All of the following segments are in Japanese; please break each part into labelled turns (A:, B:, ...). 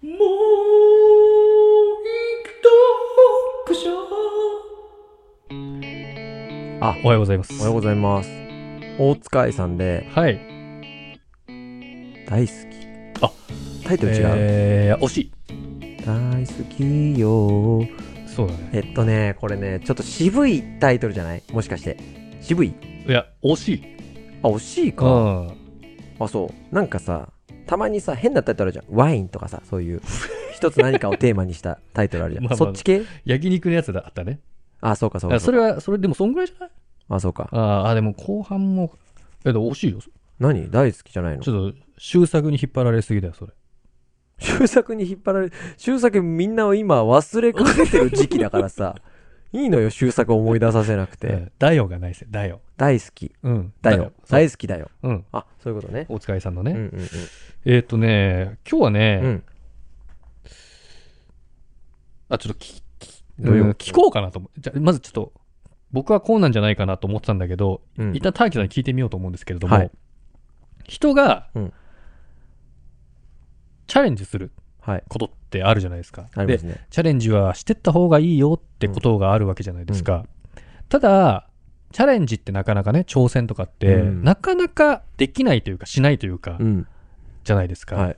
A: もう一度、くしゃ
B: あ
A: おはようございます。
B: おはようございます。大塚愛さんで、
A: はい。
B: 大好き。
A: あ、
B: タイトル違う。
A: えー、惜しい。
B: 大好きよー。
A: そうだね。
B: えっとね、これね、ちょっと渋いタイトルじゃないもしかして。渋い
A: いや、惜しい。
B: あ、惜しいか。
A: あ
B: あ、そう。なんかさ、たまにさ、変なタイトルあるじゃん。ワインとかさ、そういう、一つ何かをテーマにしたタイトルあるじゃん。
A: まあまあ
B: そっち系
A: 焼肉のやつだったね。
B: あ、そうかそう
A: あ
B: か
A: それは、それでもそんぐらいじゃない
B: あ、そうか。
A: あーあ、でも後半も、え、でも惜しいよ。ち
B: 何大好きじゃないの
A: ょっと、終作に引っ張られすぎだよ、それ。
B: 修作に引っ張られ、修作みんなを今忘れかけてる時期だから さ、いいのよ、修作を思い出させなくて。
A: うんだよがないっすよ、だよ。
B: 大好き。
A: うん。
B: だよ。
A: そう
B: 大好きだよ。
A: うん。
B: あ、そういうことね。
A: お疲れさんの
B: うんう
A: ね。
B: ん
A: えっとね、今日は
B: うん。う
A: ね、
B: ん。
A: あ、ちょっと聞
B: どういう
A: うん
B: こと
A: 聞こうかなと思う。じゃあ、まずちょっと、僕はこうなんじゃないかなと思ってたんだけど、
B: うん
A: 一旦ターキーさんに聞いてみようと思うんですけれども、
B: はい
A: 人が、
B: うん
A: チャレンジする
B: はい。
A: ことってあるじゃないですか。
B: ありま、
A: です
B: ね。
A: チャレンジはしてった方がいいよってことがあるわけじゃないですか。ただ、チャレンジってなかなかね、挑戦とかって、
B: うん
A: なかなかできないというか、しないというか
B: う、ん。
A: じゃないですか。
B: はい。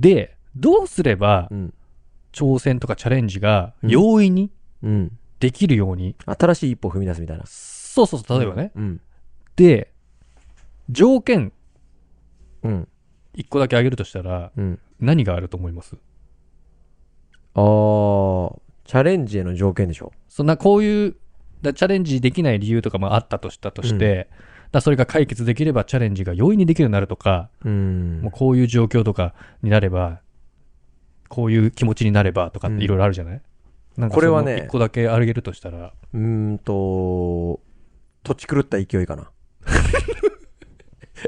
A: で、どうすれば
B: う、ん。
A: 挑戦とかチャレンジが
B: うん
A: 容易に
B: うん。
A: できるように、
B: 新しい一歩踏み出すみたいな。
A: そうそうそう、例えばね、
B: うん。
A: で、条件、
B: うん。
A: 一個だけ挙げるとしたら、
B: うん。
A: 何があると思います
B: あー、チャレンジへの条件でしょ。
A: そんな、こういう、だチャレンジできない理由とかもあったとしたとして、だそれが解決できればチャレンジが容易にできるようになるとか、
B: うん
A: もう。こういう状況とかになれば、こういう気持ちになればとかっ
B: うん
A: ていろいろあるじゃない、なんか
B: これはね
A: その一個だけ挙げるとしたら、
B: うーんと、土地狂った勢いかな。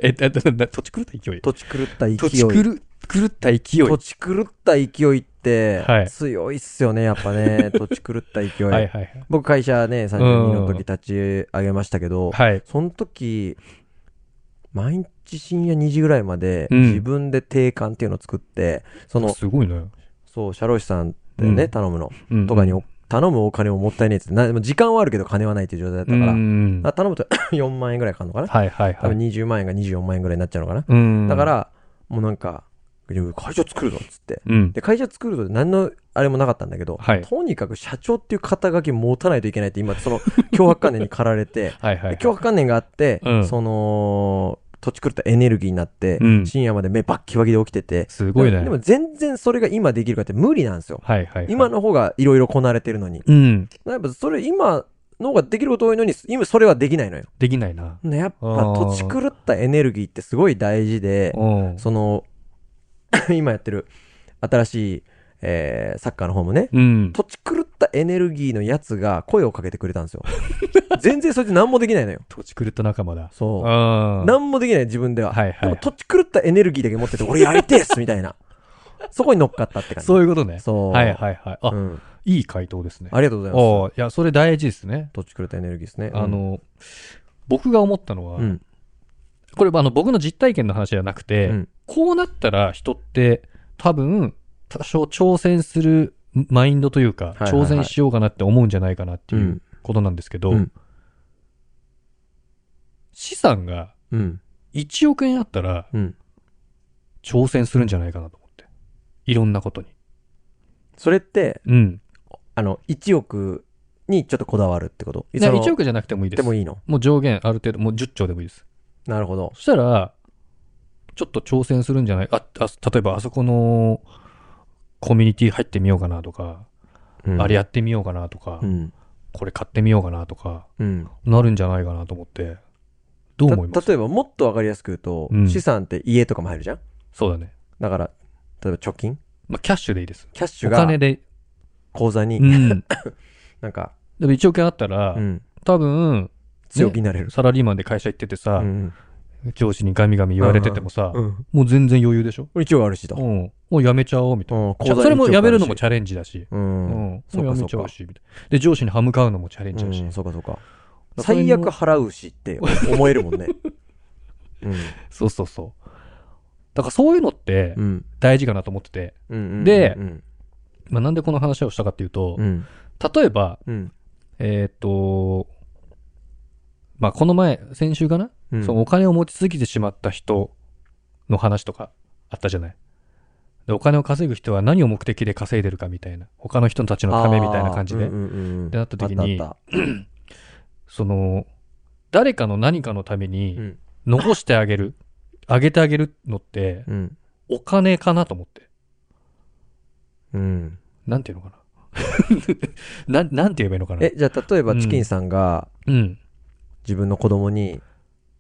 A: え、え、え、え、土地狂った勢い。
B: 土地狂った勢い。
A: 土地狂狂った勢い。
B: 土地狂った勢いって
A: はい
B: 強いっすよね、やっぱね。土地狂った勢い。
A: はいはいはい。
B: 僕会社ね、32の時立ち上げましたけど、
A: はい。
B: その時、毎日深夜2時ぐらいまで
A: うん
B: 自分で定款っていうのを作って、その、
A: すごいね。
B: そう、社労士さんでね、
A: うん
B: 頼むの。
A: うん
B: とかにお、頼むお金ももったいねえっつって、なでも時間はあるけど金はないっていう状態だったから、
A: うん
B: あ頼むと 4万円ぐらいかかるのかな、
A: はいはい
B: 多
A: は
B: 分
A: い。
B: 20万円が24万円ぐらいになっちゃうのかな、
A: うん
B: だか、ら、もうなんか、いや会社作るぞっつって。
A: うん。
B: で、会社作ると何のあれもなかったんだけど、
A: はい
B: とにかく社長っていう肩書き持たないといけないって今、その脅迫観念に駆られ て、
A: はいはいは
B: で
A: い。
B: 脅迫観念があって、
A: うん
B: その、土地狂ったエネルギーになって、
A: うん
B: 深夜まで目バッキバキで起きてて、
A: すごいね。
B: でも全然それが今できるかって無理なんですよ。
A: はいはいはい。
B: 今の方がいろいろこなれてるのに。
A: うん。
B: やっぱそれ今の方ができること多いのに、今それはできないのよ。
A: できないな。
B: ねやっぱ
A: あー
B: 土地狂ったエネルギーってすごい大事で、
A: うん。
B: その、 今やってる新しい、えーサッカーの方もね、
A: うん。
B: 土地狂ったエネルギーのやつが声をかけてくれたん ですよ。全然そいつ何もできないのよ。
A: 土地狂った仲間だ。
B: そう。
A: ああ。
B: 何もできない自分では。
A: はい
B: で
A: は
B: も
A: い。
B: 土地狂ったエネルギーだけ持ってて、俺やりてえっすみたい な。そこに乗っかったって感じ。
A: そういうことね。
B: そう
A: はいはいはい。あ
B: う、ん。
A: いい回答ですね。
B: ありがとうございます。
A: おーいや、それ大事ですね。
B: 土地狂ったエネルギーですね。
A: あ、の、僕が思ったのは
B: う、ん。
A: これ、あの、僕の実体験の話じゃなく
B: う
A: て
B: ん、
A: こうなったら人って、多分、多少挑戦するマインドというか、
B: いはいはい
A: 挑戦しようかなって思うんじゃないかなって
B: う。
A: いうんことなんですけど
B: うん、
A: 資産が
B: うん。
A: 1億円あったら、
B: うん。
A: 挑戦するんじゃないかなと思って。いろんなことに。
B: それって、
A: うん。
B: あの、1億にちょっとこだわるってこと
A: いや1
B: 億
A: 億じゃなくてもいいで
B: で
A: す。
B: もいいの
A: もう上限ある程度、もう10兆でもいいです。
B: なるほど。
A: そしたら、ちょっと挑戦するんじゃないあ、あ例えばあそこのコミュニティ入ってみようかなとか、あれ
B: や。
A: やってみようかなとか、
B: うん。
A: これ買ってみようかなとか、
B: うん。
A: なるんじゃないかなと思って。どう思いま
B: た
A: す
B: 例えばもっとわかりやすく言うと、
A: うん
B: 資産って家とかも入るじゃん
A: そうだね。
B: だから、例えば貯金
A: まあ、キャッシュでいいです。
B: キャッシ
A: お
B: ュが
A: 金で。
B: 口座に、
A: うん。
B: なんか、
A: でも1億円あったら、
B: うん、
A: 多分、
B: 強気になれる。
A: サラリーマンで会社行っててさ、
B: うん
A: 上司にガミガミ言われててもさ、
B: うん。
A: もう全然余裕でしょ
B: 一応あるしと。
A: う
B: うん
A: ん。もうやめちゃおう、みたい
B: 口座
A: な。
B: に
A: それも
B: 一応
A: やめる
B: あ
A: の
B: し
A: もチャレンジだし。
B: う。
A: うんん。も
B: そうう
A: や
B: か
A: めちゃうし、みたいな。で、上司に歯向かうのもチャレンジだし。
B: うんそうかそうか。
A: だから
B: 最悪払うしって思えるもんね。うん。
A: そうそうそう。だからそういうのって
B: うん。
A: 大事かなと思ってて、
B: うんうん。
A: で
B: うん。
A: まあ、なんでこの話をしたかっていうと、
B: うん。
A: 例えば、
B: うん。
A: えーっと、まあ、この前、先週かな、
B: うん
A: そのお金を持ちすぎてしまった人の話とかあったじゃない。でお金を稼ぐ人は何を目的で稼いでるかみたいな、他の人たちのためみたいな感じで、
B: あーうんうんうん
A: でなった時に
B: あったあっ
A: その、誰かの何かのため
B: たう
A: に
B: ん。
A: 残してあげる、あげてあげるのって、
B: うん。
A: お金かなと思って。
B: うん。
A: なんていうのかな。 なん、なんて言えばいいのかな。
B: え、じゃあ例えばチキンさんが
A: うん。
B: 自分の子供に、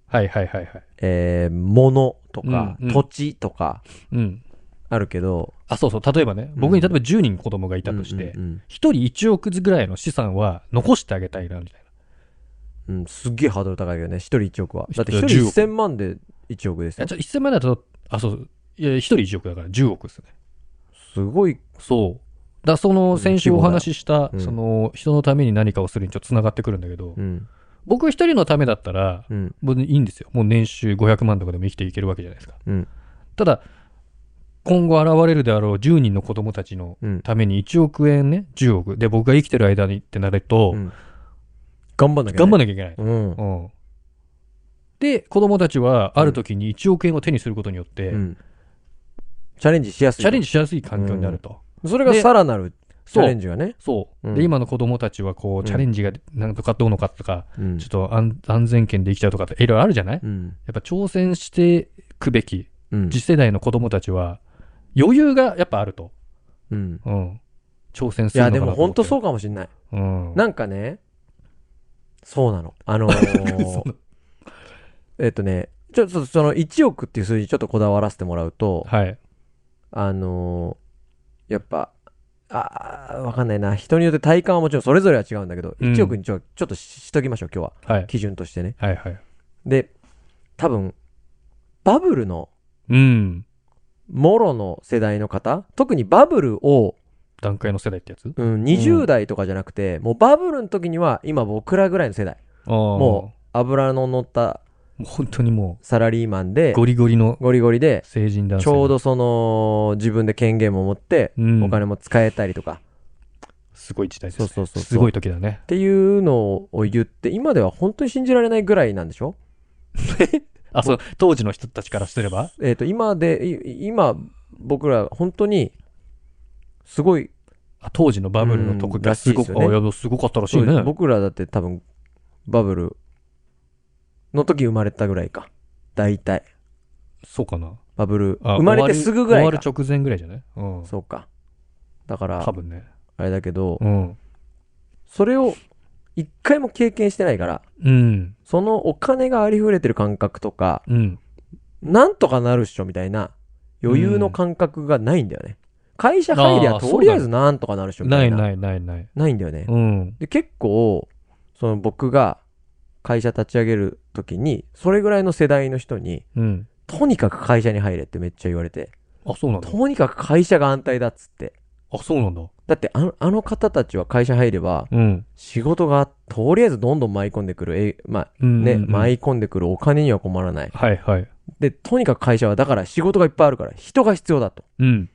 A: はいはいはいはい。
B: えー、物とか、
A: うんうん
B: 土地とか
A: うん。
B: あるけど、
A: あ、そうそう。例えばね、僕に例えば10人子供がいたとして、
B: うんうん
A: 一人1億ずぐらいの資産は残してあげたいな、みたい
B: うんうんすっげえハードル高いけどね、一人一億は。だって一
A: 一人
B: 人
A: 10億
B: 1000万で1億です
A: な。
B: よ
A: じ。ゃ1000万円だと、あ、そうそう。いや、一人1億だから10億ですね。
B: すごい、
A: そう。だその、先週お話しした、
B: うん
A: その、人のために何かをするにちょっと繋がってくるんだけど、
B: うん、
A: 僕一人のためだったら、
B: うん、
A: もういいんですよ。もう年収500万とかでも生きていけるわけじゃないですか。
B: うん、
A: ただ、今後現れるであろう10人の子供たちの
B: うん。
A: ために1億円ね、10億。で、僕が生きてる間にってなると、
B: うん頑張んなきゃ、ね。
A: 頑張んなきゃいけない。
B: うん。
A: うん。で、子供たちはある時に1億円を手にすることによって、
B: うん。チャレンジしやすい。
A: チャレンジしやすい環境になると。
B: それが
A: で
B: さらなるチ
A: そ
B: ャ
A: う
B: レンジがね。
A: そう、
B: うん
A: で、今の子供たちはこう、チャレンジがなんとかどうのかとか、
B: うん
A: ちょっと安安全圏で生きちゃうとかっていろいろあるじゃない、
B: うん。
A: やっぱ挑戦してくべき
B: うん。
A: 次世代の子供たちは余裕がやっぱあると。
B: うん。
A: うん。挑戦
B: い
A: する
B: や、
A: のかな
B: でも本当
A: と
B: そ
A: 思
B: うかもしんない。
A: って。うん。
B: なんかね、 そうなの。あのーえっとね、ちょっとその1億っていう数字ちょっとこだわらせてもらうと、
A: はい。
B: あのーやっぱ、あーわかんないな。人によって体感はもちろんそれぞれは違うんだけど、
A: うん
B: 1億にちょちょっとししときましょう、今日は。
A: はい。
B: 基準としてね。
A: はいはい。
B: で、多分、バブルの、
A: うん。
B: もろの世代の方特にバブルを、
A: 段階の世代ってやつ
B: うん、
A: う
B: 20
A: ん
B: 代とかじゃなくて、もうバブルの時には、今僕らぐらいの世代。も
A: も
B: 油の乗った
A: う、もう本当にも
B: サラリーマンで
A: う、、ゴリゴリの
B: ゴリゴリで、
A: 成人男性。
B: ちょう、どその、自分で権限も持って、
A: うん、
B: お金も使えたりとか、
A: すごい時代です、
B: そ
A: ね。
B: うそうそうそう
A: すごい時だね
B: っ。ていうのを言って、今では本当に信じられないぐらいなんでしょ
A: あ、そう、当時の人たちからすれば
B: えっ、と、今で、い今、僕ら本当に、すごい、
A: あ当時のバブルの特
B: うんら
A: が
B: し
A: す
B: いで
A: ご
B: す
A: く、
B: よね
A: あいやすごかったらしいね。
B: 僕らだって多分、バブルの時生まれたぐらいか。大体。
A: そうかな。
B: バブル、
A: あ
B: 生まれてすぐぐらい
A: 終わる
B: か。
A: 終わる直前ぐらいじゃないうん。
B: そうか。だから
A: 多、分ね。
B: あれだけど
A: う、ん。
B: それを一回も経験してないから、
A: うん。
B: そのお金がありふれてる感覚とか、
A: うん。
B: なんとかなるっしょみたいな余裕の感覚がないんだよね。会社入りゃ
A: あー
B: とりあえずなんとかなるっしょみた
A: ないい
B: な。
A: ないないない。
B: ないんだよね。
A: うん。
B: で、結構、その僕が会社立ち上げるときに、それぐらいの世代の人に、
A: うん。
B: とにかく会社に入れってめっちゃ言われて、
A: あ、そうなんだ。
B: とにかく会社が安泰だっつって。
A: あ、そうなんだ。
B: だってあの、あの方たちは会社入れば、
A: うん。
B: 仕事がとりあえずどんどん舞い込んでくる、え、まあ、
A: うん、
B: ね、
A: うん
B: 舞い込んでくるお金には困らない。
A: はいはい。
B: で、とにかく会社はだから仕事がいっぱいあるから人が必要だと。
A: うん。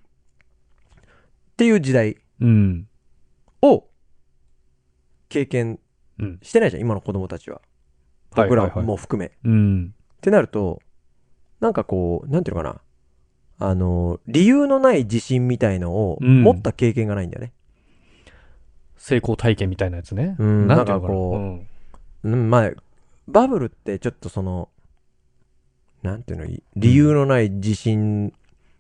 B: っていう時代
A: うん。
B: を経験
A: うん
B: してないじゃん、今の子供たちは。
A: はい
B: 僕
A: はい
B: ら
A: はい
B: も含め。っ
A: うん。
B: てなると、なんかこう、なんていうのかな。あの、理由のない自信みたいのを
A: うん
B: 持った経験がないんだよね。
A: 成功体験みたいなやつね。
B: うん
A: なんてい
B: な
A: う
B: んか
A: のかな。
B: こう
A: うん
B: うん、まあ、バブルってちょっとその、なんていうの、い理由のない自信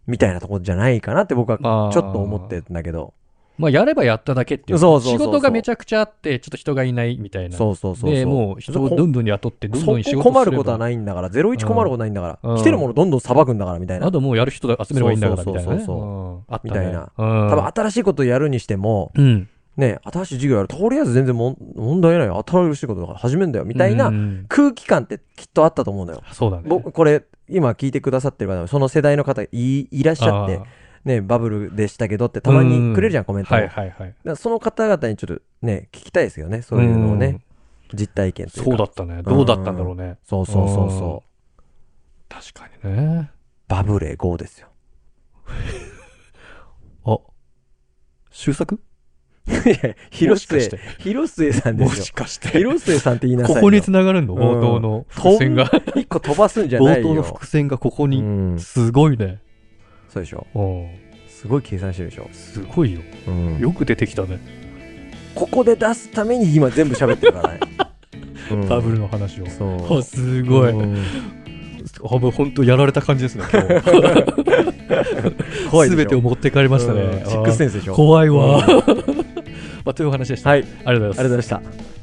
B: みたいなとこじゃないかなって僕はち
A: ま
B: ょ
A: あ
B: っと思ってたんだけど。
A: まあ、やればやっただけっていう。
B: そうそうそうそう
A: 仕事がめちゃくちゃあって、ちょっと人がいないみたいな。
B: そうそうそうそう。
A: で、もう人をどんどん雇って、どん
B: そ
A: ど
B: こ
A: ん仕事すれば
B: 困ることはないんだから、ゼロイチ困ることないんだから、
A: うん
B: 来てるものどんどん裁くんだからみたいな
A: あ。ともうやる人集めればいいんだからみたいな
B: そう
A: ね。
B: そうそうそ
A: うんあった
B: み
A: ね
B: たいな
A: うん。
B: 多分新しいことやるにしても、
A: うん。
B: ね、新しい授業やる、とりあえず全然もん問題ないよ。新しいことだから始めんだよ。みたいうなん空気感ってきっとあったと思うのよ。
A: そうだね。
B: 僕、これ、今聞いてくださってる方、その世代の方いいらっしゃって
A: あ、
B: ね、バブルでしたけどってたまにくれるじゃん、コメン
A: ー
B: トもだ
A: はい
B: か
A: はいはい。
B: らその方々にちょっとね、聞きたいですよね。そういうのをね、実体験と
A: う
B: い
A: ん。
B: うか。
A: そうだったね。どうだったんだろうね。
B: そうそうそうそ
A: 確かにね。
B: バブレ5ですよ。
A: あ、終作
B: いや、広末
A: もしかして、
B: 広末さんで
A: も
B: すよ
A: し。かして。
B: 広末さんって言いなさい
A: こ
B: よ。
A: こに繋がるの
B: うん
A: 冒頭の伏線が。
B: 一個飛ばすんじゃな
A: 冒
B: いよ。
A: 頭の伏線がここ
B: う
A: に。
B: ん。
A: すごいね。
B: そうでしょ。
A: うん。
B: すごい計算してるでしょ。
A: すごいよ。
B: うん
A: よく出てきたね。
B: ここで出すために今全部喋ってるから ね。うん
A: バブルの話を。
B: そう。
A: あ、 すごい。
B: うん
A: あ、もう本当やられた感じですね、今日。
B: 怖いでしょ。
A: 全てを持って帰りましたね。
B: うんシックスセンスでし
A: あー
B: ょ。
A: 怖いわ。
B: うんありがとう
A: まあ、というお話でした。
B: はい
A: ありがとうございます
B: ござい。ました。